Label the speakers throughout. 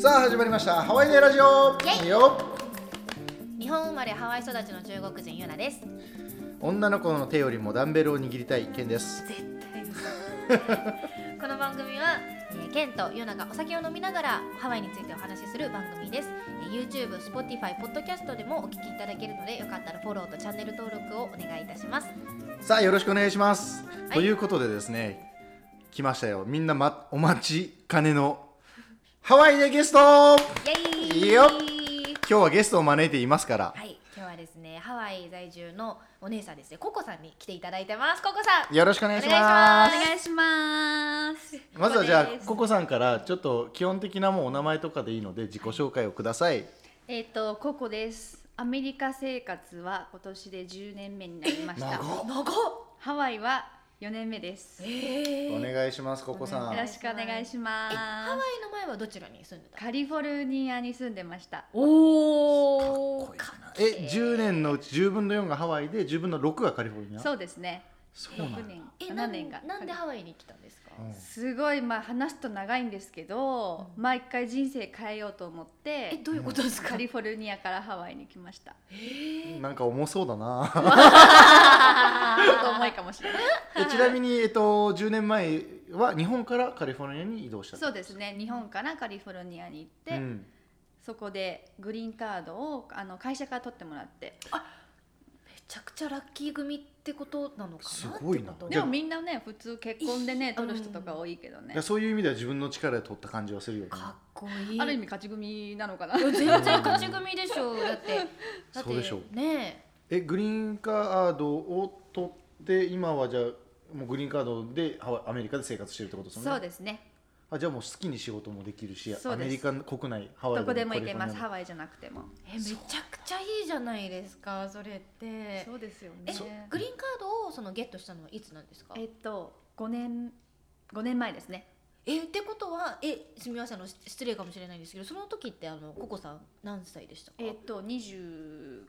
Speaker 1: さあ始まりましたハワイネラジオ
Speaker 2: イェイ
Speaker 1: いいよ
Speaker 2: 日本生まれハワイ育ちの中国人ユナです
Speaker 1: 女の子の手よりもダンベルを握りたい件です
Speaker 2: 絶対にこの番組は、えー、ケンとユナがお酒を飲みながらハワイについてお話しする番組です、えー、YouTube、Spotify、Podcast でもお聞きいただけるのでよかったらフォローとチャンネル登録をお願いいたします
Speaker 1: さあよろしくお願いします、
Speaker 2: い
Speaker 1: ということでですね来ましたよみんな、ま、お待ちかねのハワイでゲスト
Speaker 2: イエー
Speaker 1: い
Speaker 2: イ
Speaker 1: いよ今日はゲストを招いていますから、
Speaker 2: はい、今日はですねハワイ在住のお姉さんですねココさんに来ていただいてますココさん
Speaker 1: よろしくお願いし
Speaker 2: お願
Speaker 1: ま
Speaker 2: い
Speaker 1: す
Speaker 2: し
Speaker 3: お願いします。
Speaker 1: まずはじゃ
Speaker 3: ここで
Speaker 1: あ
Speaker 3: す
Speaker 1: ココさんからちょっと基本的なもうお名前とかでいいので自己紹介をください
Speaker 3: えっ、とここです。アメリカ生活は今年で10年目になりました。
Speaker 1: 長っ
Speaker 2: 長っ
Speaker 3: ハワイは4年目です。よ
Speaker 2: え
Speaker 1: お願いしますココさ
Speaker 2: お願
Speaker 3: ろ
Speaker 2: い
Speaker 1: ん
Speaker 3: しくお願い
Speaker 2: え
Speaker 3: し
Speaker 2: ハ
Speaker 3: ま
Speaker 2: ワイ
Speaker 3: す。
Speaker 2: の前はどちらに住んでた
Speaker 3: カリフォルニアに住んでました。
Speaker 2: お
Speaker 1: かっこいいなえ10年のうち10分の4がハワイで10分の6がカリフォルニア
Speaker 3: そうですね。
Speaker 1: そうなんだ
Speaker 3: 6年、
Speaker 2: えな
Speaker 3: 7
Speaker 2: ん
Speaker 3: 年が。
Speaker 2: なんでハワイに来たんですか、
Speaker 1: うん
Speaker 3: すごいまあ話すと長いんですけど、
Speaker 2: う
Speaker 3: まあ一回人生変えようと思っ
Speaker 2: え
Speaker 3: て、
Speaker 2: どういうことですか、
Speaker 3: カリフォルニアからハワイに来ました。
Speaker 1: なんか重そうだな
Speaker 3: ちょっと重いかもしれない。
Speaker 1: えちなみに、えっと、10年前は日本からカリフォルニアに移動した
Speaker 3: そうですね。日本からカリフォルニアに行って。
Speaker 1: うん
Speaker 3: そこでグリーンカードをあの会社から取ってもらって
Speaker 2: めちゃくちゃラッキー組ってことなのかな
Speaker 1: すごいな
Speaker 2: ってこと
Speaker 1: じ
Speaker 3: で
Speaker 1: ゃあ
Speaker 3: もみんなね普通結婚でね取る人とか多いけど
Speaker 1: い
Speaker 3: ね
Speaker 1: やそういう意味では自分の力で取った感じはするよね
Speaker 2: かっこいい
Speaker 3: ある意味勝ち組なのかな
Speaker 2: いや全然勝ち組でしょうだってだって
Speaker 1: そうでしょ
Speaker 2: ね
Speaker 1: えグリーンカードを取って今はじゃあもうグリーンカードでハワイアメリカで生活してるってことですよね
Speaker 3: そうですね
Speaker 1: あじゃあもう好きに仕事もできるし
Speaker 3: そう
Speaker 1: ア
Speaker 3: です
Speaker 1: メリカ国内ハワイ
Speaker 3: どこでも
Speaker 1: カ
Speaker 3: 行
Speaker 1: リフ
Speaker 3: け
Speaker 1: ォルニア
Speaker 3: ま
Speaker 1: も
Speaker 3: すハワイじゃなくても
Speaker 2: えめちゃくちゃいいじゃないですかそれって
Speaker 3: うですよ
Speaker 2: えグリーンカードをそのゲットしたのはいつなんですか
Speaker 3: えっと5年5年前ですね
Speaker 2: えってことはえすみませんあのし失礼かもしれないんですけどその時ってあのココさん何歳でしたか
Speaker 3: えっと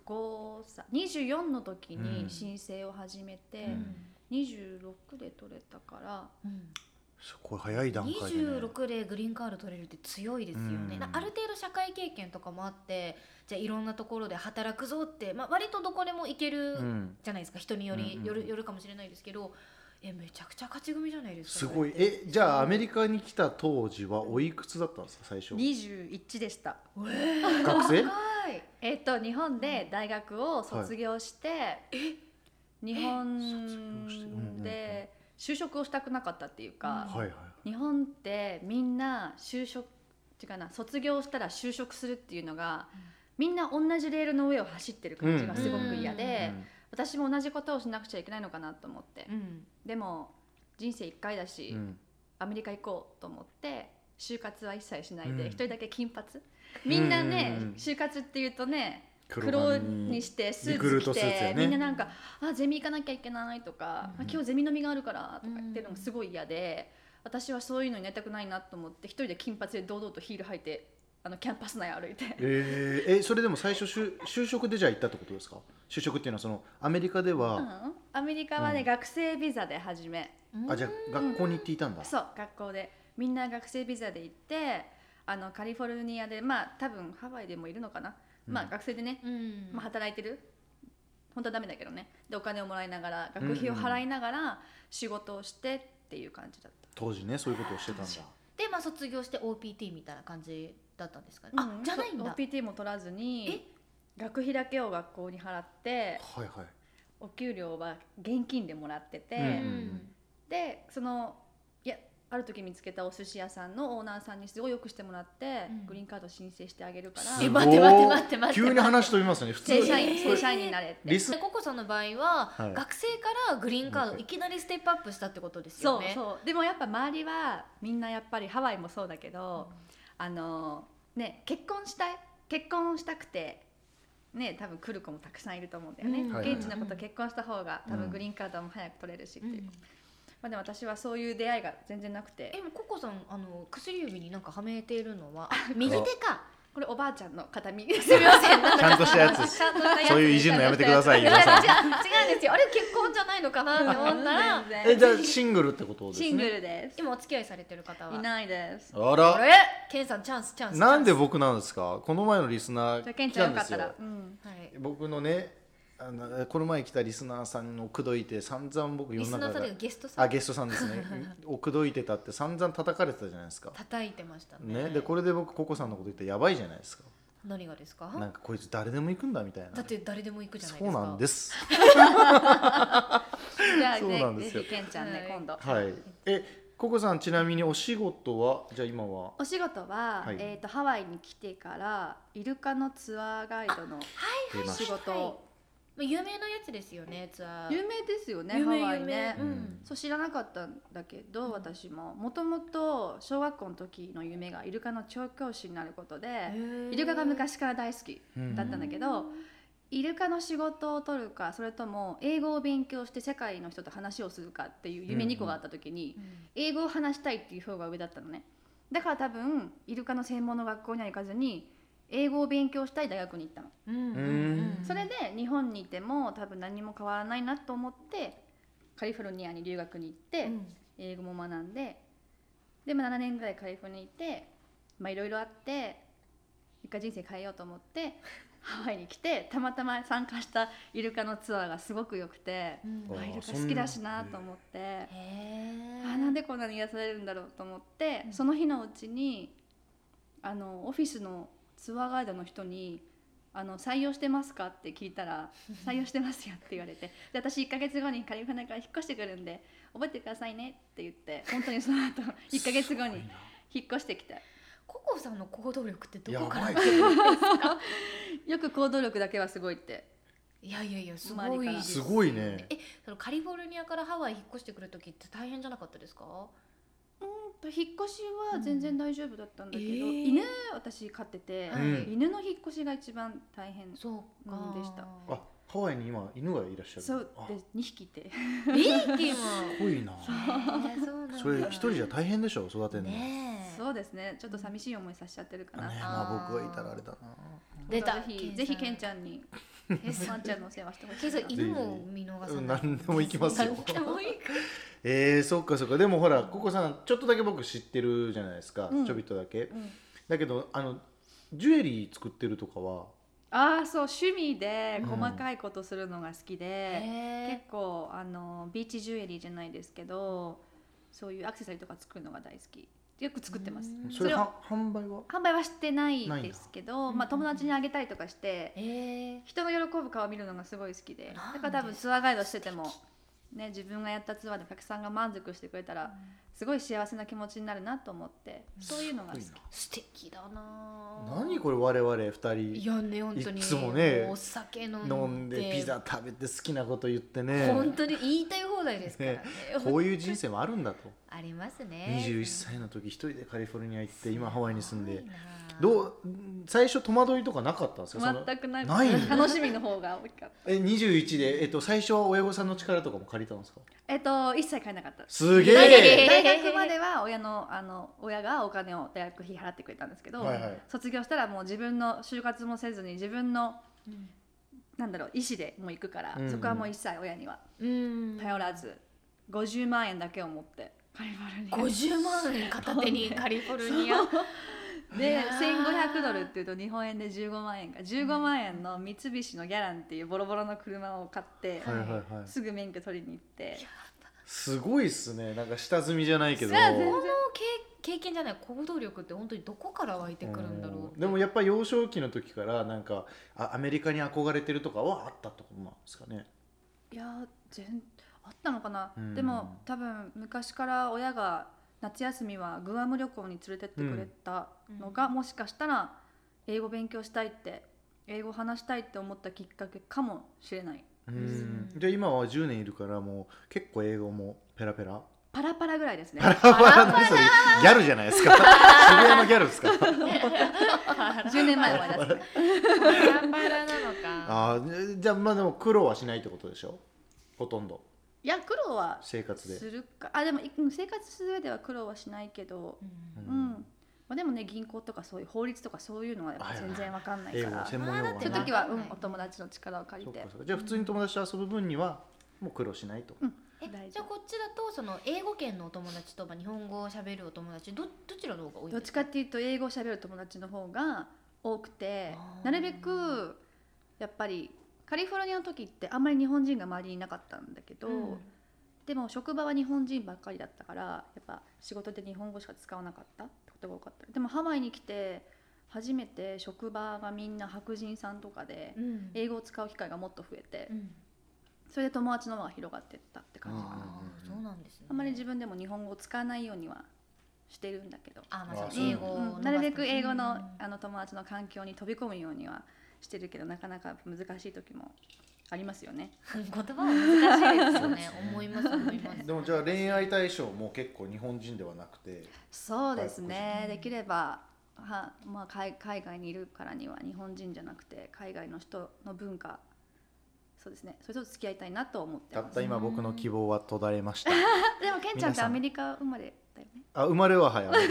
Speaker 3: 25歳24の時
Speaker 1: う
Speaker 3: に
Speaker 1: ん
Speaker 3: 申請を始めて、
Speaker 2: うん
Speaker 3: 26で取れたから
Speaker 2: うん
Speaker 1: すごい早い段階で、ね、
Speaker 2: 26でグリーンカード取れるって強いですよね、
Speaker 1: うん
Speaker 2: なある程度社会経験とかもあってじゃあいろんなところで働くぞって、まあ、割とどこでも行ける
Speaker 1: うん、
Speaker 2: じゃないですか、人により、
Speaker 1: うんうん
Speaker 2: よるよるかもしれないですけどえめちゃくちゃ勝ち組じゃないですか
Speaker 1: すごい
Speaker 2: それって
Speaker 1: えじゃあアメリカに来た当時はおいくつだったんですか最初
Speaker 3: 21でした
Speaker 1: 学生
Speaker 2: はい
Speaker 3: えっと日本で大学を卒業して、
Speaker 1: 卒業してう
Speaker 3: 日
Speaker 1: んうんう
Speaker 3: 本
Speaker 1: ん
Speaker 3: で就職をしたくなかったっていうか、
Speaker 1: はいはい
Speaker 3: 日本ってみんな就職違うな卒業したら就職するっていうのが、
Speaker 2: うん
Speaker 3: みんな同じレールの上を走ってる感じがすごく嫌で、
Speaker 1: うん
Speaker 3: 私も同じことをしなくちゃいけないのかなと思って、
Speaker 2: うん
Speaker 3: でも人生1回だし、
Speaker 1: うん
Speaker 3: アメリカ行こうと思って就活は一切しないうで
Speaker 1: ん
Speaker 3: 一、人だけ金髪みんなね、
Speaker 1: うんうんうん
Speaker 3: 就活っていうとね
Speaker 1: 黒
Speaker 3: 黒
Speaker 1: 髪
Speaker 3: にしてスー
Speaker 1: リクル
Speaker 3: ツ
Speaker 1: ート
Speaker 3: 着
Speaker 1: ス
Speaker 3: て
Speaker 1: ーツやね
Speaker 3: みんななんか「あゼミ行かなきゃいけない」とか、
Speaker 2: うん
Speaker 3: まあ「今日ゼミ飲みがあるから」とか言ってるの
Speaker 2: うん
Speaker 3: もすごい嫌で、私はそういうのになりたくないなと思って一人で金髪で堂々とヒール履いてあのキャンパス内歩いて
Speaker 1: えー、えそれでも最初就就職でじゃあ行ったってことですか就職っていうのはそのアメリカで
Speaker 3: う
Speaker 1: は、
Speaker 3: んアメリカはね、
Speaker 1: うん
Speaker 3: 学生ビザで始め
Speaker 1: あじゃあ学校に行っていたんだ、
Speaker 3: そう学校でみんな学生ビザで行ってあのカリフォルニアでまあ多分ハワイでもいるのかな、
Speaker 1: うん
Speaker 3: まあ学生でね、
Speaker 2: うん
Speaker 3: まあ、働いてる本当はダメだけどねでお金をもらいながら学費を払いながら仕事をしてっていう感じだっ
Speaker 1: 当時ねそういうことをしてたんだ
Speaker 2: でまあ卒業して OPT みたいな感じだったんですかね、
Speaker 3: た、
Speaker 2: あじゃないんだ
Speaker 3: そう OPT も取らずに学費だけを学校に払って
Speaker 1: はいはい
Speaker 3: お給料は現金でもらってて、
Speaker 1: うん
Speaker 3: でそのいやある時見つけたお寿司屋さんのオーナーさんにすごいよくしてもらって、
Speaker 2: うん
Speaker 3: グリーンカード申請してあげるか
Speaker 1: す
Speaker 2: え
Speaker 1: ごい
Speaker 3: ら
Speaker 2: 待って待って待って待って
Speaker 1: 急に話飛びますね普通
Speaker 3: 正社
Speaker 2: え
Speaker 3: 員
Speaker 2: ー
Speaker 3: 正社員になれって
Speaker 1: リス
Speaker 2: でココさんの場合は、
Speaker 1: はい
Speaker 2: 学生からグリーンカードいきなりステップアップしたってことです
Speaker 3: そ
Speaker 2: よ
Speaker 3: う
Speaker 2: ね。う
Speaker 3: そうでもやっぱ周りはみんなやっぱりハワイもそうだけど、あのね結婚したい結婚をしたくてね多分来る子もたくさんいると思うんだよね、
Speaker 2: うん
Speaker 1: はいはい
Speaker 3: 現地の子と結婚した方が多分グリーンカードも早く取れるしって
Speaker 2: ん
Speaker 3: いう、まあでも私はそういう出会いが全然なくて
Speaker 2: えでもココさんあの薬指になんかはめているのは右手か
Speaker 3: これおばあちゃんの形見すみませ んなん
Speaker 1: ち
Speaker 3: か
Speaker 1: ゃんとしたやつです
Speaker 2: ちゃんとしたやつ
Speaker 1: そういういじんのやめてください
Speaker 2: 違う違う
Speaker 1: 皆さん
Speaker 2: 違うんですよあれ結婚じゃないのかなって思ったら
Speaker 3: 全然
Speaker 1: えじゃあシングルってことですね
Speaker 3: シングルで す
Speaker 2: 今お付き合いされてる方はい
Speaker 3: ないです
Speaker 1: あら
Speaker 2: えケンさんチャンスチャンス
Speaker 1: なんで
Speaker 2: チャン
Speaker 1: 僕なんですかこの前のリスナー
Speaker 3: じゃあケン
Speaker 1: 来
Speaker 3: ちゃ
Speaker 1: た
Speaker 3: んよ
Speaker 1: んで
Speaker 3: かっ
Speaker 1: す
Speaker 3: た
Speaker 1: よ
Speaker 3: ら、うん、
Speaker 2: スはい
Speaker 1: 僕のねあのこの前来たリスナーさんを口説いて散々僕世
Speaker 2: リス
Speaker 1: の
Speaker 2: ナー
Speaker 1: 中
Speaker 2: さんとい
Speaker 1: で
Speaker 2: うかゲストさ
Speaker 1: あ
Speaker 2: ん
Speaker 1: ゲストさんですねを口説いてたって散々叩かれてたじゃないですか
Speaker 2: 叩いてましたね
Speaker 1: ねでこれで僕ココさんのこと言ったらやばいじゃないですか
Speaker 2: 何がですか
Speaker 1: なんかこいつ誰でも行くんだみたいな
Speaker 2: だって誰でも行くじゃない
Speaker 1: そ
Speaker 2: で
Speaker 1: う
Speaker 2: すか
Speaker 1: なん です
Speaker 3: じゃあ
Speaker 1: そうなんで
Speaker 3: ぜ
Speaker 1: すよ
Speaker 3: ぜひケンちゃん
Speaker 2: は
Speaker 3: ね、
Speaker 2: い
Speaker 3: 今度
Speaker 1: はいえココさんちなみにお仕事はじゃあ今は
Speaker 3: お仕事は、
Speaker 1: はい
Speaker 3: えー、とハワイに来てからイルカのツアーガイドの
Speaker 1: 出ま
Speaker 3: 仕
Speaker 1: した
Speaker 3: 事、
Speaker 2: はまあ有名なやつですよねツアー
Speaker 3: 有名ですよね
Speaker 2: 有
Speaker 3: ハ
Speaker 2: 名
Speaker 3: ワイ
Speaker 2: 有名
Speaker 3: ね
Speaker 2: う、ん
Speaker 3: そう知らなかったんだけど、
Speaker 2: うん
Speaker 3: 私ももともと小学校の時の夢がイルカの調教師になることで、イルカが昔から大好き
Speaker 1: うん
Speaker 3: だったんだけど、イルカの仕事を取るかそれとも英語を勉強して世界の人と話をするかっていう夢2個があった時に、英語を話したいっていう方が上だったのねだから多分イルカの専門の学校には行かずに英語を勉強したい大学に行ったの、
Speaker 2: うん
Speaker 1: うん
Speaker 3: それで日本にいても多分何も変わらないなと思ってカリフォルニアに留学に行って、
Speaker 2: うん
Speaker 3: 英語も学んでで、まあ、7年ぐらいカリフォルニアにいてまあいろいろあって一回人生変えようと思って ハワイに来てたまたま参加したイルカのツアーがすごく良くて、
Speaker 2: うん
Speaker 1: あ
Speaker 3: あイルカ
Speaker 1: そんな
Speaker 3: 好きだしなと思って。
Speaker 2: へー
Speaker 3: あなんでこんなに癒されるんだろうと思って、その日のうちにあのオフィスのツアーガイドの人にあの「採用してますか?」って聞いた ら「採用してますよ」って言われてで私1か月後にカリフォルニアから引っ越してくるんで覚えてくださいねって言って本当にその 後1か月後に引っ越してきた
Speaker 2: ココさんの行動力ってどこから
Speaker 1: やばいけど
Speaker 3: よく行動力だけはすごいって
Speaker 2: いやいやいやす
Speaker 3: 周
Speaker 2: ご
Speaker 3: り
Speaker 2: い
Speaker 3: か
Speaker 2: で
Speaker 3: ら
Speaker 2: すよ
Speaker 1: すごいね
Speaker 2: えそのカリフォルニアからハワイ引っ越してくる時って大変じゃなかったですか
Speaker 3: 引っ越しは全然大丈夫だったんだけど、
Speaker 2: うんえー
Speaker 3: 犬私飼ってて、
Speaker 1: うん
Speaker 3: 犬の引っ越しが一番大変
Speaker 2: そう
Speaker 3: う
Speaker 2: か
Speaker 3: んでした
Speaker 1: あハワイに今犬がいらっしゃる
Speaker 3: そう
Speaker 1: あ
Speaker 3: で2匹いて。
Speaker 2: えってい う
Speaker 1: すごいな
Speaker 2: の
Speaker 1: それ一人じゃ大変でしょ育てるの
Speaker 2: ねえ
Speaker 3: そうですね。ちょっと寂しい思いさせちゃってるかな。
Speaker 1: ね
Speaker 2: あ
Speaker 1: ま
Speaker 2: ー
Speaker 1: あ僕はいたらあれだな
Speaker 2: 出た
Speaker 3: ぜひぜひケンち
Speaker 2: ゃん
Speaker 3: ゃんに
Speaker 2: ケンさ
Speaker 3: ワ
Speaker 2: ん
Speaker 3: ンちゃんのお世話してほし
Speaker 2: ケンさ
Speaker 3: い
Speaker 2: ん犬も見逃さ
Speaker 1: うん
Speaker 2: ない
Speaker 1: 何でも行きますよ
Speaker 2: 何でも行く
Speaker 1: えー、そっかそっかでもほらココさんちょっとだけ僕知ってるじゃないですか、
Speaker 3: うん
Speaker 1: ちょびっとだけ
Speaker 3: な。うん
Speaker 1: だけどあのジュエリー作ってるとかは
Speaker 3: ああそう趣味で細かいことするのが好きで、
Speaker 2: へ
Speaker 3: 結構あのビーチジュエリーじゃないですけど、そういうアクセサリーとか作るのが大好き。よく作ってます
Speaker 2: うん。
Speaker 1: それ
Speaker 3: を
Speaker 1: は販売は
Speaker 3: 販売はしてない
Speaker 1: ないんだ
Speaker 3: ですけ
Speaker 2: う
Speaker 3: ど、
Speaker 2: ん
Speaker 3: まあ友達にあげたりとかして
Speaker 2: え、へえ
Speaker 3: 人の喜ぶ顔を見るのがすごい好きで、
Speaker 2: なんで
Speaker 3: だから多分ツアーガイドしてても。ね、自分がやったツアーでお客さんが満足してくれたらすごい幸せな気持ちになるなと思ってそういうのが好き
Speaker 1: すごい
Speaker 2: 素敵だな
Speaker 1: な何これ我々二
Speaker 2: い
Speaker 1: 人
Speaker 2: やね本当に
Speaker 1: いつもね
Speaker 2: もうお酒飲んで
Speaker 1: 飲んでピザ食べて好きなこと言ってね
Speaker 2: 本当に言いたい放題ですからね
Speaker 1: ねこういう人生もあるんだと
Speaker 2: ありますね
Speaker 1: 21歳の時一人でカリフォルニア行って今ハワイに住んで
Speaker 2: う
Speaker 1: どう最初戸惑いとかなかったんですかその
Speaker 3: 全くない
Speaker 1: ないんだ
Speaker 3: 楽しみの方が大きかった
Speaker 1: え21で、えっと、最初は親御さんの力とかも借りたんですか
Speaker 3: えっと一切買えなかった
Speaker 1: すげえ
Speaker 2: えー
Speaker 3: 大学までは親のあの親がお金を大学費払ってくれたんですけど、
Speaker 1: はいはい
Speaker 3: 卒業したらもう自分の就活もせずに自分のなんだろう意思でもう行くから、
Speaker 1: うんうん
Speaker 3: そこはもう一切親には
Speaker 2: うん
Speaker 3: 頼らず50万円だけを持ってカリフォルニアに
Speaker 2: 50万円片手にカリフォルニア い
Speaker 3: で
Speaker 2: やー
Speaker 3: 1500ドルっていうと日本円で15万円か15万円の三菱のギャランっていうボロボロの車を買って、
Speaker 1: はいはいはい
Speaker 3: すぐ免許取りに行って
Speaker 1: すごいっすねなんか下積みじゃないけど
Speaker 3: そうです
Speaker 2: この経経験じゃない行動力って本当にどこから湧いてくるんだろうっ
Speaker 1: う
Speaker 2: て
Speaker 1: んでもやっぱ幼少期の時からなんかあアメリカに憧れてるとかはあったってことなんですかね
Speaker 3: いやー全あったのかな、
Speaker 1: うん
Speaker 3: でも多分昔から親が夏休みはグアム旅行に連れてってくれたのが、もしかしたら英語勉強したいって英語話したいって思ったきっかけかもしれない
Speaker 1: うんんじゃあ今は10年いるからもう結構英語もペラペラ
Speaker 3: パラパラぐらい ですね
Speaker 1: パラパラ 何それギャルじゃないです か渋谷のギャルですか
Speaker 3: 10年前はですね
Speaker 2: バラバラなのか
Speaker 1: あーじゃあまあでも苦労はしないってことでしょほとんど
Speaker 3: いや苦労は
Speaker 1: 生活
Speaker 3: す
Speaker 1: で
Speaker 3: るかあでもいうん生活する上では苦労はしないけど
Speaker 2: うん
Speaker 3: うん、まあ、でもね銀行とかそういう法律とかそういうのはやっぱ全然わかんない
Speaker 1: 英
Speaker 3: か
Speaker 1: 語
Speaker 3: ら、
Speaker 1: 専門用語
Speaker 2: まあだって
Speaker 3: そういう
Speaker 2: わ
Speaker 3: 時
Speaker 2: か
Speaker 3: は、
Speaker 2: ん
Speaker 3: う
Speaker 2: ない
Speaker 3: ん、お友達の力を借
Speaker 1: そ
Speaker 3: り
Speaker 1: うか
Speaker 3: て
Speaker 1: そうかじゃあ普通に友達と遊ぶ分にはもう苦労しないと、
Speaker 2: え
Speaker 3: 大
Speaker 2: じゃあ
Speaker 3: 丈
Speaker 2: こっちだとその英語圏のお友達とまあ日本語を喋るお友達どどちらの方が多いん
Speaker 3: どっ
Speaker 2: で
Speaker 3: ち
Speaker 2: す
Speaker 3: かっていうと英語を喋る友達の方が多くて
Speaker 2: あー
Speaker 3: なるべくやっぱりカリフォルニアの時ってあんまり日本人が周りにいなかったんだけど、
Speaker 2: うん
Speaker 3: でも職場は日本人ばっかりだったからやっぱ仕事で日本語しか使わなかったってことが多かったでもハワイに来て初めて職場がみんな白人さんとかで
Speaker 2: うん
Speaker 3: 英語を使う機会がもっと増えて
Speaker 2: うん
Speaker 3: それで友達の輪が広がってったって感じかな
Speaker 1: あ
Speaker 2: あーそうなんですね
Speaker 3: あんまり自分でも日本語を使わないようにはしてるんだけど
Speaker 2: あーまあ
Speaker 1: あ
Speaker 2: そ
Speaker 1: そう
Speaker 2: の英語を
Speaker 3: うん
Speaker 2: 伸ばす
Speaker 3: なるべく英語の,、
Speaker 2: うん
Speaker 3: あの友達の環境に飛び込むようにはしてるけどなかなか難しい時もありますよね。
Speaker 2: 言葉は難しいですよ
Speaker 1: そう
Speaker 2: ね
Speaker 1: ですね
Speaker 2: 思います思います
Speaker 1: でもじゃあ恋愛対象も結構日本人ではなくて
Speaker 3: そうです
Speaker 2: 外国
Speaker 3: ね
Speaker 2: 人
Speaker 3: できればは、まあ、海海外にいるからには日本人じゃなくて海外の人の文化そうですねそれと付き合いたいなと思って
Speaker 1: た
Speaker 3: ま
Speaker 1: っ
Speaker 3: す
Speaker 1: た今僕の希望は途絶えました
Speaker 3: あ でもケンちゃん
Speaker 1: 皆
Speaker 3: って
Speaker 1: さん
Speaker 3: アメリカ生まれだよね
Speaker 1: あ生まれは早い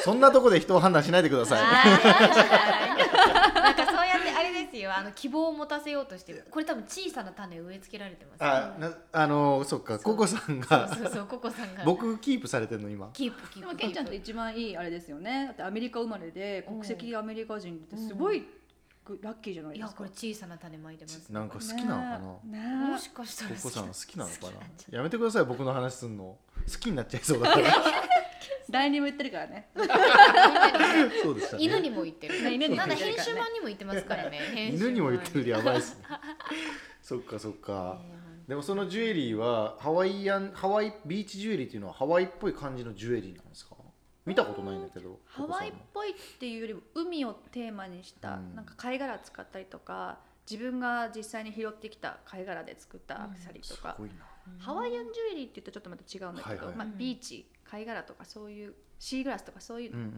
Speaker 1: そんなとこで人を判断しないでください
Speaker 2: あー なんかそうやってあれですよあの希望を持たせようとしてこれ多分小さな種を植え付けられてます
Speaker 1: あなあのそっか
Speaker 2: そ
Speaker 1: コ
Speaker 2: う
Speaker 1: コさん
Speaker 2: そう
Speaker 1: が
Speaker 2: そうそうココさんが
Speaker 1: 僕キープされてるの今
Speaker 2: キープキ
Speaker 3: で
Speaker 2: ープ
Speaker 3: もケンちゃんって
Speaker 2: キー
Speaker 3: 一番いいあれですよねだってアメリカ生まれで国籍アメリカ人ってすごいぐラッキーじゃな
Speaker 2: プ
Speaker 3: い
Speaker 2: い
Speaker 3: で
Speaker 2: や
Speaker 3: す
Speaker 2: こ
Speaker 3: か
Speaker 2: れ小さな種まいてます
Speaker 1: なんか好きなのかな、
Speaker 3: ねえね
Speaker 2: も
Speaker 3: え
Speaker 2: しかしたら
Speaker 1: ココさん好
Speaker 2: 好
Speaker 1: きなのか
Speaker 2: 好きなんじ
Speaker 1: なやめてください僕の話すんの好きになっちゃいそうだから
Speaker 3: 誰にも言ってるからね
Speaker 1: そうでしたね
Speaker 2: 犬にも言ってる、
Speaker 3: ね犬にも
Speaker 2: なんだ
Speaker 3: 言ってる
Speaker 2: 編
Speaker 3: か
Speaker 2: 集
Speaker 3: らね
Speaker 2: 版にも言ってますからね編集 版
Speaker 1: 犬にも言ってるやばいっすねそっかそっ
Speaker 2: え
Speaker 1: か、
Speaker 2: ー
Speaker 1: でもそのジュエリーはハワイアンハワイビーチジュエリーっていうのはハワイっぽい感じのジュエリーなんですか見たことないんだけど
Speaker 3: ハワイっぽいっていうよりも海をテーマにした、
Speaker 1: うん
Speaker 3: なんか貝殻使ったりとか自分が実際に拾ってきた貝殻で作ったアクセサリーと
Speaker 1: す
Speaker 3: か、
Speaker 1: ごいな
Speaker 3: ハワイアンジュエリーって言うとちょっとまた違うんだけど、
Speaker 1: はいはい
Speaker 3: まあ、ビーチ貝殻とかそういうシーグラスとかそういう
Speaker 1: うんうんう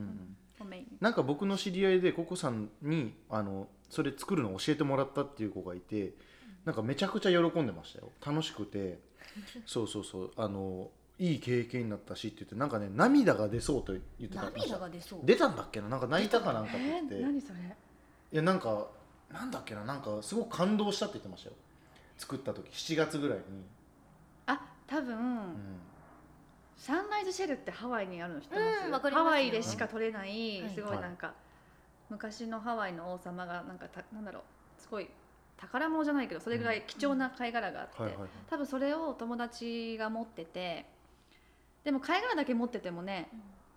Speaker 3: の
Speaker 1: ん
Speaker 3: をメインに、
Speaker 1: なんか僕の知り合いでココさんにあのそれ作るの教えてもらったっていう子がいてなんかめちゃくちゃ喜んでましたよ楽しく てそうそうそうあのいい経験になったしって言ってなんかね涙が出そうと言ってた
Speaker 2: 涙が出そう
Speaker 1: 出たんだっけななんか泣いたかなんかって言って、
Speaker 3: えー何それ
Speaker 1: いやなんかなんだっけななんかすごく感動したって言ってましたよ作った時7月ぐらいに、
Speaker 3: あ多分、
Speaker 1: うん
Speaker 3: サンライズシェルってハワイにあるの知ってます,、
Speaker 2: うんわかります
Speaker 3: ハ
Speaker 2: よ
Speaker 3: ワイでしか取れない、
Speaker 2: うん
Speaker 3: すごいなんか、昔のハワイの王様がなんかたなんだろうすごい宝物じゃないけどそれぐらい貴重な貝殻があって、
Speaker 1: はいはいはい
Speaker 3: 多分それを友達が持っててでも貝殻だけ持っててもね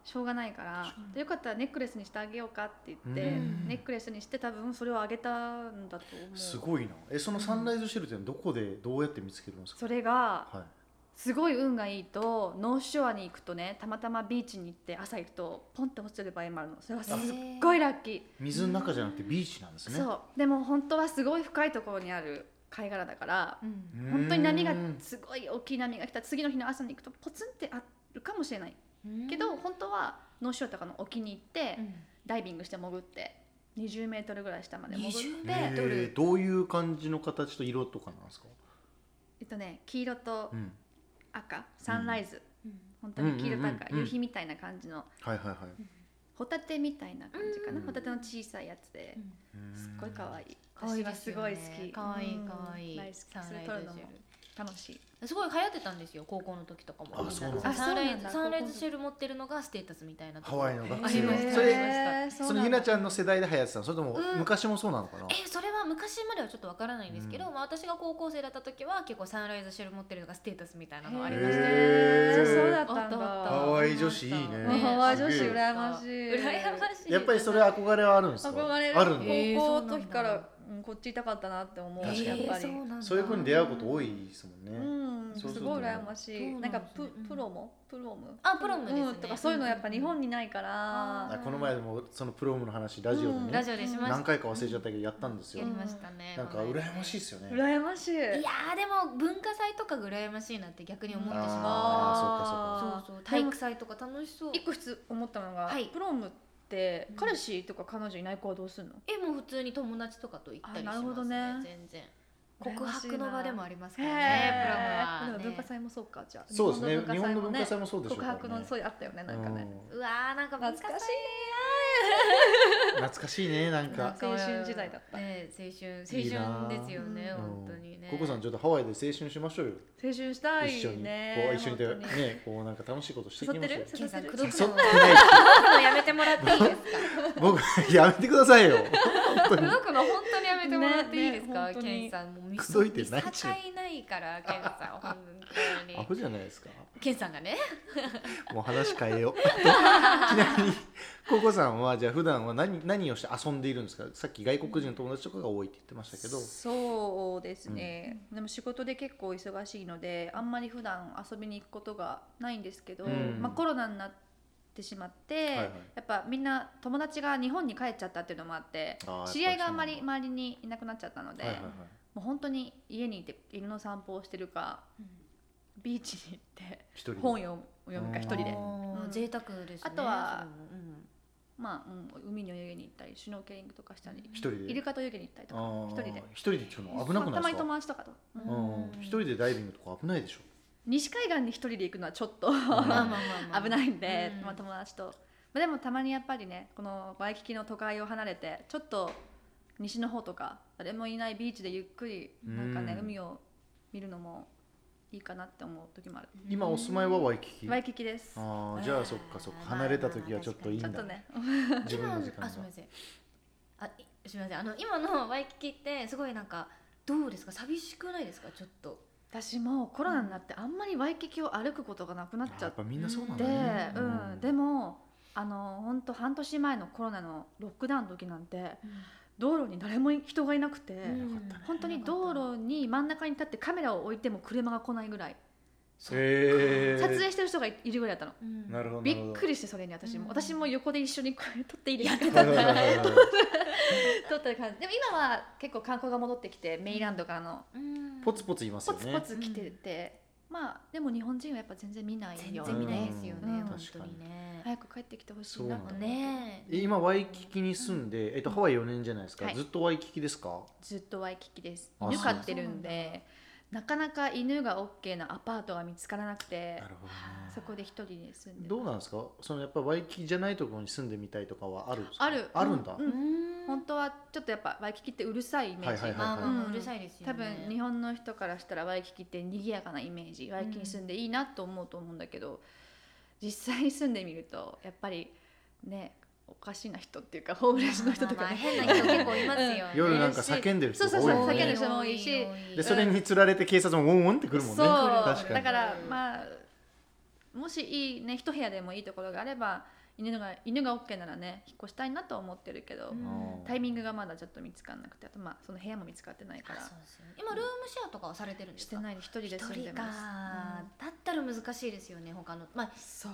Speaker 3: しょうがないから
Speaker 2: そう
Speaker 3: でよかったらネックレスにしてあげようかって言って、
Speaker 1: うん
Speaker 3: ネックレスにして多分それをあげたんだと思う
Speaker 1: すごいなえそのサンライズシェルっていうのはどこでどうやって見つけるんですか、
Speaker 3: それが
Speaker 1: はい、
Speaker 3: すごい運がいいとノースショアに行くとねたまたまビーチに行って朝行くとポンって落ちてる場合もあるのそれはすっごいラッキー、
Speaker 1: 水の中じゃなくてビーチなんですね
Speaker 3: そうでも本当はすごい深いところにある貝殻だから
Speaker 2: うん
Speaker 1: うーん
Speaker 3: 本当に波がすごい大きい波が来た次の日の朝に行くとポツンってあるかもしれないけど、本当はノーショアとかの沖に行って、
Speaker 2: うん
Speaker 3: ダイビングして潜って20メートルぐらい下まで潜って
Speaker 2: 20メ
Speaker 1: へ
Speaker 2: ート
Speaker 1: え
Speaker 2: ル
Speaker 1: どういう感じの形と色とかなんですか、
Speaker 3: えっとね黄色と
Speaker 1: うん、
Speaker 3: 赤サンライズ、
Speaker 2: うん
Speaker 3: 本当に黄色
Speaker 1: う
Speaker 3: と
Speaker 1: んうん
Speaker 3: 赤、
Speaker 1: うんうん
Speaker 3: 夕日みたいな感じの
Speaker 1: はいはいはい
Speaker 3: ホタテみたいな感じかな、
Speaker 1: うん
Speaker 3: ホタテの小さいやつで、すっごい可愛
Speaker 1: い
Speaker 3: い
Speaker 2: 可愛い
Speaker 3: 私は
Speaker 2: です
Speaker 3: す
Speaker 2: よ
Speaker 3: ごい
Speaker 2: ね
Speaker 3: 好き
Speaker 2: 可愛い
Speaker 3: うん
Speaker 2: 可愛い
Speaker 3: 大好き
Speaker 2: サン
Speaker 3: そ
Speaker 2: ラ
Speaker 3: れ
Speaker 2: イ
Speaker 3: 撮る
Speaker 2: ズ
Speaker 3: の
Speaker 2: シェル
Speaker 3: も楽しい
Speaker 2: すごい流行ってたんですよ高校の時とかも
Speaker 1: あ
Speaker 2: みん
Speaker 1: そうなんだ
Speaker 2: そうサンライ
Speaker 3: あそ
Speaker 2: ズサ
Speaker 3: うなんだ
Speaker 2: ンライズシェル持ってるのがステータスみたいなとこ
Speaker 1: ハワイの学生
Speaker 2: ありました
Speaker 1: それ
Speaker 2: ありました
Speaker 1: そのひなち
Speaker 3: ゃん
Speaker 1: ゃんの世代で流行ってたのそれとも
Speaker 2: うん
Speaker 1: 昔もそうなのかな、
Speaker 2: えそれは昔まではちょっとわからないんですけど、
Speaker 1: う
Speaker 2: まあ、私が高校生だった時は結構サンライズシェル持ってるのがステータスみたいなのありましたよ
Speaker 1: へー
Speaker 3: そうだったんだ
Speaker 2: あった
Speaker 1: ハ
Speaker 2: あっ
Speaker 1: ワイ女子いいね
Speaker 2: た
Speaker 3: もうハワイ女子
Speaker 1: すげえ
Speaker 3: 羨ましい
Speaker 2: 羨ましい
Speaker 1: やっぱりそれ憧れはあるんですか
Speaker 3: 憧れ
Speaker 1: あるんだ
Speaker 2: えー
Speaker 3: る高校の時か
Speaker 2: そうな
Speaker 3: ら、うん、こっちいたかったなって思う
Speaker 1: 確かに
Speaker 3: やっぱり、
Speaker 2: えーそうなんだ
Speaker 1: そういう子に出会うこと多いですもんね、
Speaker 3: うん、
Speaker 1: そうそう
Speaker 3: すごい羨ましい。
Speaker 2: そうな
Speaker 3: な
Speaker 2: んん
Speaker 3: か
Speaker 2: です
Speaker 3: プ
Speaker 2: うん
Speaker 3: プロもプロム
Speaker 2: あプロムですね
Speaker 3: うんとかそういうのやっぱ日本にないから。
Speaker 1: あこの前でもそのプロームの話ラジオでね、
Speaker 3: うん
Speaker 2: ラジオでしました
Speaker 1: 何回か忘れちゃったけどやったんですよ、
Speaker 2: やりましたね
Speaker 1: なんか羨ましいですよね
Speaker 3: 羨ましい。
Speaker 2: いやーでも文化祭とかが羨ましいなって逆に思ってしまう
Speaker 1: あ
Speaker 2: そうそう体育祭とか楽しそう
Speaker 3: 一個一つ思ったのが、
Speaker 2: はい
Speaker 3: プロムって
Speaker 2: うん
Speaker 3: 彼氏とか彼女いない子はどうするの？
Speaker 2: えもう普通に友達とかと行ったりします、
Speaker 3: あなるほどね
Speaker 2: 全然告白の場でもありますから
Speaker 3: へ
Speaker 2: ね
Speaker 3: ー
Speaker 2: プロムは、ね、
Speaker 3: 文化祭もそうかじゃあ
Speaker 1: そうですね
Speaker 3: 日
Speaker 1: 日
Speaker 3: 本
Speaker 1: 本の
Speaker 3: の文
Speaker 1: 文
Speaker 3: 化
Speaker 1: 化
Speaker 3: 祭
Speaker 1: 祭
Speaker 3: もね
Speaker 1: もそうでしょう
Speaker 3: 告
Speaker 1: からね
Speaker 3: 白のそうあったよねなんかね
Speaker 2: うわーなんか文化祭
Speaker 3: 懐かし
Speaker 1: うん懐かしいねなん
Speaker 2: なん
Speaker 1: か
Speaker 2: か
Speaker 3: 青春時代だった
Speaker 2: ね青春
Speaker 1: いいな
Speaker 2: 青春ですよね
Speaker 1: うん
Speaker 2: 本当にね
Speaker 1: ココさんちょっとハワイで青春しましょうよ
Speaker 3: 青春したいね
Speaker 1: 一緒にこう一緒にで
Speaker 3: 本当
Speaker 1: ねこうなんか楽しいことしていき
Speaker 3: 誘っ
Speaker 1: ま
Speaker 3: て
Speaker 1: しょうよ
Speaker 2: ケン
Speaker 3: る
Speaker 2: さん口
Speaker 3: 誘って
Speaker 2: 説
Speaker 3: る
Speaker 2: く
Speaker 1: そ
Speaker 2: の
Speaker 1: っ
Speaker 2: 口
Speaker 1: て
Speaker 2: 説
Speaker 1: ない
Speaker 2: くのやめてもらっていいですか
Speaker 1: 僕やめてください よ
Speaker 2: 口説くの本当にやめてもらっていいですか、
Speaker 3: ねね
Speaker 2: ケンさんもう見
Speaker 1: 口説いてない
Speaker 2: 見
Speaker 1: し
Speaker 2: 境ないからケンさん本
Speaker 1: ア
Speaker 2: 当
Speaker 1: ホ
Speaker 2: に
Speaker 1: じゃないですか
Speaker 2: ケンさんがね
Speaker 1: もう話変えよう ちなみにココさんはじゃあ普段は何何をして遊んでいるんですかさっき外国人の友達とかが多いって言ってましたけど
Speaker 3: そうですね、でも仕事で結構忙しいのであんまり普段遊びに行くことがないんですけど、
Speaker 1: うん
Speaker 3: まあ、コロナになってしまって、
Speaker 1: はいはい
Speaker 3: やっぱみんな友達が日本に帰っちゃったっていうのもあって
Speaker 1: あーやっぱ
Speaker 3: 知り合いがあ
Speaker 1: そ
Speaker 3: ん
Speaker 1: うな
Speaker 3: ま
Speaker 1: んだ
Speaker 3: り周りにいなくなっちゃったので、
Speaker 1: はいはいは
Speaker 3: も
Speaker 1: いう
Speaker 3: 本当に家にいて犬の散歩をしてる かビーチに行って
Speaker 1: 一人で
Speaker 3: 本読む読むか一人で
Speaker 1: あ。
Speaker 2: あー
Speaker 3: うん
Speaker 2: 贅沢ですね
Speaker 3: あと
Speaker 2: そ
Speaker 3: は
Speaker 2: れもうん
Speaker 3: まあ、うん、海に泳ぎに行ったりシュノーケリングとかしたり
Speaker 1: 一人で
Speaker 3: イルカと泳ぎに行ったりとか
Speaker 1: あー
Speaker 3: 一人で
Speaker 1: 一人で行くの危なくない
Speaker 3: ま
Speaker 1: で
Speaker 3: あたま
Speaker 1: す
Speaker 3: に
Speaker 1: か
Speaker 3: 友達とかと、うん
Speaker 2: う
Speaker 1: うん一人でダイビングとか危ないでしょ
Speaker 3: 西海岸に一人で行くのはちょっと
Speaker 2: まあ
Speaker 1: ん
Speaker 2: まあまあまあ
Speaker 3: 危ないんで、
Speaker 2: うん
Speaker 3: まあ、友達と、まあ、でもたまにやっぱりねこのワイキキの都会を離れてちょっと西の方とか誰もいないビーチでゆっくりなんかね、
Speaker 1: うん
Speaker 3: 海を見るのもいいかなって思う時もある、
Speaker 1: 今お住まいはワイキキ
Speaker 3: ワイ
Speaker 1: あ
Speaker 3: キキですち
Speaker 1: あじゃあそっかそっ
Speaker 2: まあ
Speaker 1: か
Speaker 2: まあ
Speaker 1: 離れた時はちょっといいんだ
Speaker 3: ょっとね
Speaker 1: 自分の時間
Speaker 2: あ
Speaker 1: が
Speaker 2: すみませんあいすみませんあの今のワイキキってすごいなんかどうですか寂しくないですかちょっと
Speaker 3: 私もコロナになってあんまりワイキキを歩くことがなくなっ
Speaker 1: あ
Speaker 3: ちゃ
Speaker 1: や
Speaker 3: っ
Speaker 1: っぱみんなそうなん
Speaker 3: で、
Speaker 1: だね
Speaker 3: うんでもあの本当半年前のコロナのロックダウンの時なんて道路に誰もい人がいなくて、
Speaker 2: うん
Speaker 1: よかったね
Speaker 3: 本当に道路に真ん中に立ってカメラを置いても車が来ないぐらい、
Speaker 1: へえ
Speaker 3: 撮影してる人がいいるぐらいだったの、
Speaker 2: うん
Speaker 1: なるほど
Speaker 3: びっくりしてそれに私も、私も横で一緒にこれ撮っていいですか
Speaker 1: はいはいはいはい
Speaker 3: 撮ってる感じでも今は結構観光が戻ってきてメインランドからの
Speaker 2: うん
Speaker 1: ポツポツいます
Speaker 3: ポ
Speaker 1: よ
Speaker 3: ツ
Speaker 1: ね
Speaker 3: ポツ来てて、まあでも日本人はやっぱ全然見ない
Speaker 2: 全
Speaker 3: よ
Speaker 2: 然見ないですよね、
Speaker 3: うん
Speaker 2: 本当にね
Speaker 3: 早く帰ってきてほしい
Speaker 1: そう
Speaker 3: な
Speaker 1: な
Speaker 3: と
Speaker 1: ん
Speaker 3: 思
Speaker 1: だ
Speaker 3: って
Speaker 2: ねえ
Speaker 1: え今ワイキキに住んで、えっと、ハワイ4年じゃないですか、
Speaker 3: はい
Speaker 1: ずっとワイキキですか
Speaker 3: ずっとワイキキです
Speaker 1: あ
Speaker 3: 犬
Speaker 1: そう
Speaker 3: 飼ってるんでなかなか犬が OK なアパートが見つからなくて
Speaker 1: なるほどね
Speaker 3: そこで一人で住んで
Speaker 1: どうなんですかそのやっぱりワイキキじゃないところに住んでみたいとかはあるんですか
Speaker 3: ある
Speaker 1: あるんだ、
Speaker 3: う
Speaker 2: うんん
Speaker 3: 本当はちょっとやっぱワイキキってうるさいイメージ、
Speaker 1: はいはい
Speaker 2: まあまあまあ
Speaker 3: うん
Speaker 2: うるさいですよね
Speaker 3: 多分日本の人からしたらワイキキって賑やかなイメージワイキキに住んでいいなと思うと思うんだけど、実際に住んでみるとやっぱりねおかしな人っていうかホームレスの人と
Speaker 2: まあまあ
Speaker 3: かね、
Speaker 2: 変な人結構いますよね
Speaker 1: 夜なんか叫んでる人が多い
Speaker 3: そう
Speaker 1: よ
Speaker 3: そう叫んで
Speaker 1: ね
Speaker 3: る人も多いし
Speaker 1: でそれにつられて警察もウォンウォンってくるもんね
Speaker 3: そ
Speaker 1: 確
Speaker 3: う
Speaker 1: か
Speaker 3: だ
Speaker 1: に
Speaker 3: からまあもしいいね一部屋でもいいところがあれば犬が犬が OK ならね引っ越したいなとは思ってるけど、
Speaker 2: うん
Speaker 3: タイミングがまだちょっと見つからなくてあとまあその部屋も見つかってない
Speaker 2: あ
Speaker 3: から
Speaker 2: そうですよね今ルームシェアとかはされてるんで
Speaker 3: し
Speaker 2: す
Speaker 3: て
Speaker 2: か
Speaker 3: ないで一人で
Speaker 2: 一
Speaker 3: 住んで
Speaker 2: 人か
Speaker 3: ます、
Speaker 2: だったら難しいですよね他のまあ
Speaker 3: うんそう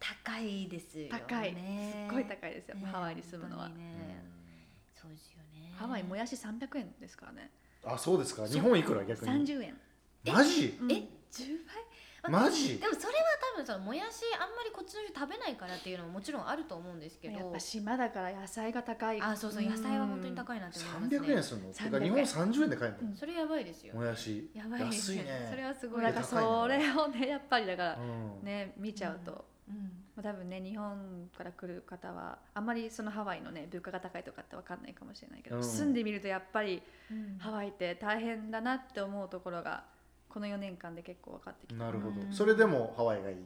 Speaker 2: 高いですよね
Speaker 3: 高い、すっごい
Speaker 2: い
Speaker 3: 高いですよ、ハワイに住むのは、
Speaker 2: そうですよね
Speaker 3: ハワイもやし300円ですからね
Speaker 1: うんあそうですか日本いくら逆に
Speaker 3: 30円、
Speaker 1: マジ
Speaker 3: うん
Speaker 2: え10倍、
Speaker 1: マジ
Speaker 2: でもそれは多分そのもやしあんまりこっちの人食べないからっていうのももちろんあると思うんですけど
Speaker 3: やっぱ島だから野菜が高い
Speaker 2: あそうそう野菜は本当に高いなって思いますね
Speaker 1: 300円するのてか
Speaker 3: 300円
Speaker 1: 日本30円で買える
Speaker 3: う
Speaker 1: の
Speaker 3: ん
Speaker 2: それやばいですよ
Speaker 1: もやし
Speaker 2: やばいですよ
Speaker 1: 安いね
Speaker 2: それはすご
Speaker 3: うん
Speaker 2: い
Speaker 3: だ
Speaker 1: 高
Speaker 3: か
Speaker 1: い
Speaker 3: ら
Speaker 1: な
Speaker 3: それをねやっぱりだから
Speaker 1: うん
Speaker 3: ね見ちゃうと、ま
Speaker 2: うん
Speaker 3: あ多分ね日本から来る方はあんまりそのハワイのね物価が高いとかってわかんないかもしれないけど、
Speaker 1: うん
Speaker 3: 住んでみるとやっぱり
Speaker 2: うん
Speaker 3: ハワイって大変だなって思うところがこの4年間で結構分かってきて
Speaker 1: なるほど
Speaker 2: うん
Speaker 1: それでもハワイがいい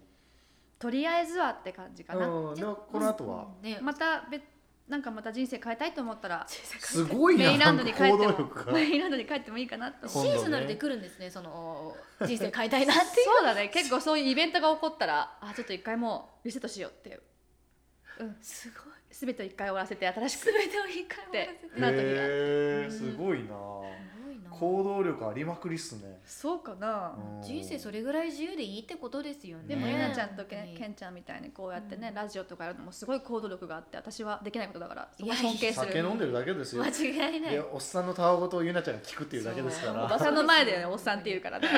Speaker 3: とりあえずはって感じかな、
Speaker 1: うんで
Speaker 2: じゃあ
Speaker 1: はこの後は
Speaker 2: ね
Speaker 3: また別なんかまた人生変えたいと思ったら
Speaker 1: すごい
Speaker 3: メイ
Speaker 1: な
Speaker 3: ン
Speaker 1: な
Speaker 3: ラ
Speaker 1: ん
Speaker 3: ンド
Speaker 1: か
Speaker 3: に帰って
Speaker 1: 行動
Speaker 3: も
Speaker 1: 力が
Speaker 3: メインランドに帰ってもいいかな と
Speaker 2: シ
Speaker 1: そ
Speaker 3: 思う
Speaker 1: う
Speaker 2: ーズナルで来るんですねその人生変えたいなっていう
Speaker 3: そうだね結構そういうイベントが起こったらあちょっと一回もうリセットしようっていう、うん、
Speaker 2: すごい
Speaker 3: 全てを一回終わらせて新しく
Speaker 2: 全てを一回終わらせて
Speaker 3: なるほ
Speaker 1: へ
Speaker 3: ど
Speaker 2: うん
Speaker 1: ーすごいな
Speaker 2: すごいな
Speaker 1: 行動力ありまくりっすね
Speaker 3: そうかな、
Speaker 1: うん
Speaker 2: 人生それぐらい自由でいいってことですよね
Speaker 3: でも
Speaker 1: ね
Speaker 3: ゆ
Speaker 1: え
Speaker 3: なちゃんとけ
Speaker 2: 本当に
Speaker 3: んけんちゃんみたいにこうやってね、
Speaker 2: うん
Speaker 3: ラジオとかやるのもすごい行動力があって私はできないことだからそ
Speaker 2: い
Speaker 3: こ
Speaker 2: や
Speaker 3: 尊敬する
Speaker 1: 酒飲んでるだけですよ
Speaker 2: 間違いない
Speaker 1: いやおっさんのたわごとをゆなちゃんが聞くっていうだけですか
Speaker 3: お
Speaker 1: ら
Speaker 3: ばさんの前で、ね、おっさんって言うからね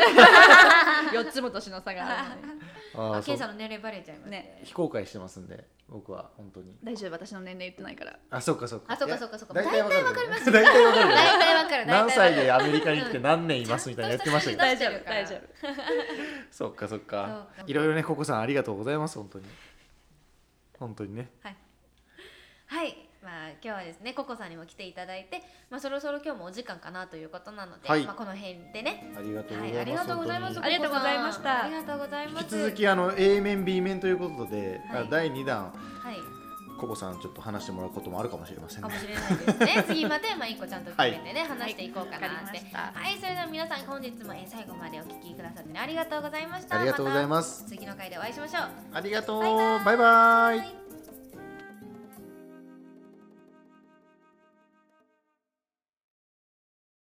Speaker 3: 四つも年の差があるのに
Speaker 1: あ
Speaker 2: あ
Speaker 1: ーそ
Speaker 2: ケ
Speaker 1: う
Speaker 2: ンさんの年齢バレちゃいますね
Speaker 1: 非公開してますんで僕は本当に
Speaker 3: 大丈夫私の年齢言ってないから
Speaker 1: あそっかそっか
Speaker 2: あそっかそっかそっか
Speaker 1: いや大体わかるよね大
Speaker 2: 大体わかります
Speaker 1: 体わかるよね
Speaker 2: 大体わかる
Speaker 1: 何歳であアメリカに来て何年いますみたいなやってましたけど
Speaker 2: 出
Speaker 3: 大
Speaker 2: して
Speaker 3: 丈
Speaker 2: る
Speaker 3: 夫
Speaker 2: から
Speaker 3: 大丈夫
Speaker 1: そっかそっか
Speaker 2: そう
Speaker 1: いろいろねココさんありがとうございます本当に本当にね
Speaker 2: はい、まあ、今日はですねココさんにも来ていただいて、まあ、そろそろ今日もお時間かなということなので、
Speaker 1: はい
Speaker 2: まあ、この辺でね、
Speaker 1: ありが
Speaker 2: はい、ありがとうございます
Speaker 1: 本
Speaker 3: ありがとうございました
Speaker 2: ありがとうござい
Speaker 1: 当に
Speaker 2: ま
Speaker 1: 引
Speaker 2: す
Speaker 1: き続きあの A 面 B 面ということで、
Speaker 2: はい
Speaker 1: 第2弾
Speaker 2: はい
Speaker 1: ココさんちょっと話してもらうこともあるかもしれません
Speaker 2: かも
Speaker 1: ね
Speaker 2: しれないです ね次までまあ一個ちゃんと決めてね、話していこうかな
Speaker 3: わ
Speaker 2: っ
Speaker 3: か
Speaker 2: て
Speaker 3: りまし
Speaker 2: は
Speaker 3: た
Speaker 2: い、それでは皆さん本日もえー最後までお聞きくださってねありがとうございました
Speaker 1: ありがとうござい
Speaker 2: ま
Speaker 1: ます
Speaker 2: た次の回でお会いしましょう
Speaker 1: ありがとう
Speaker 2: バイバイ
Speaker 1: バイバイ
Speaker 2: はい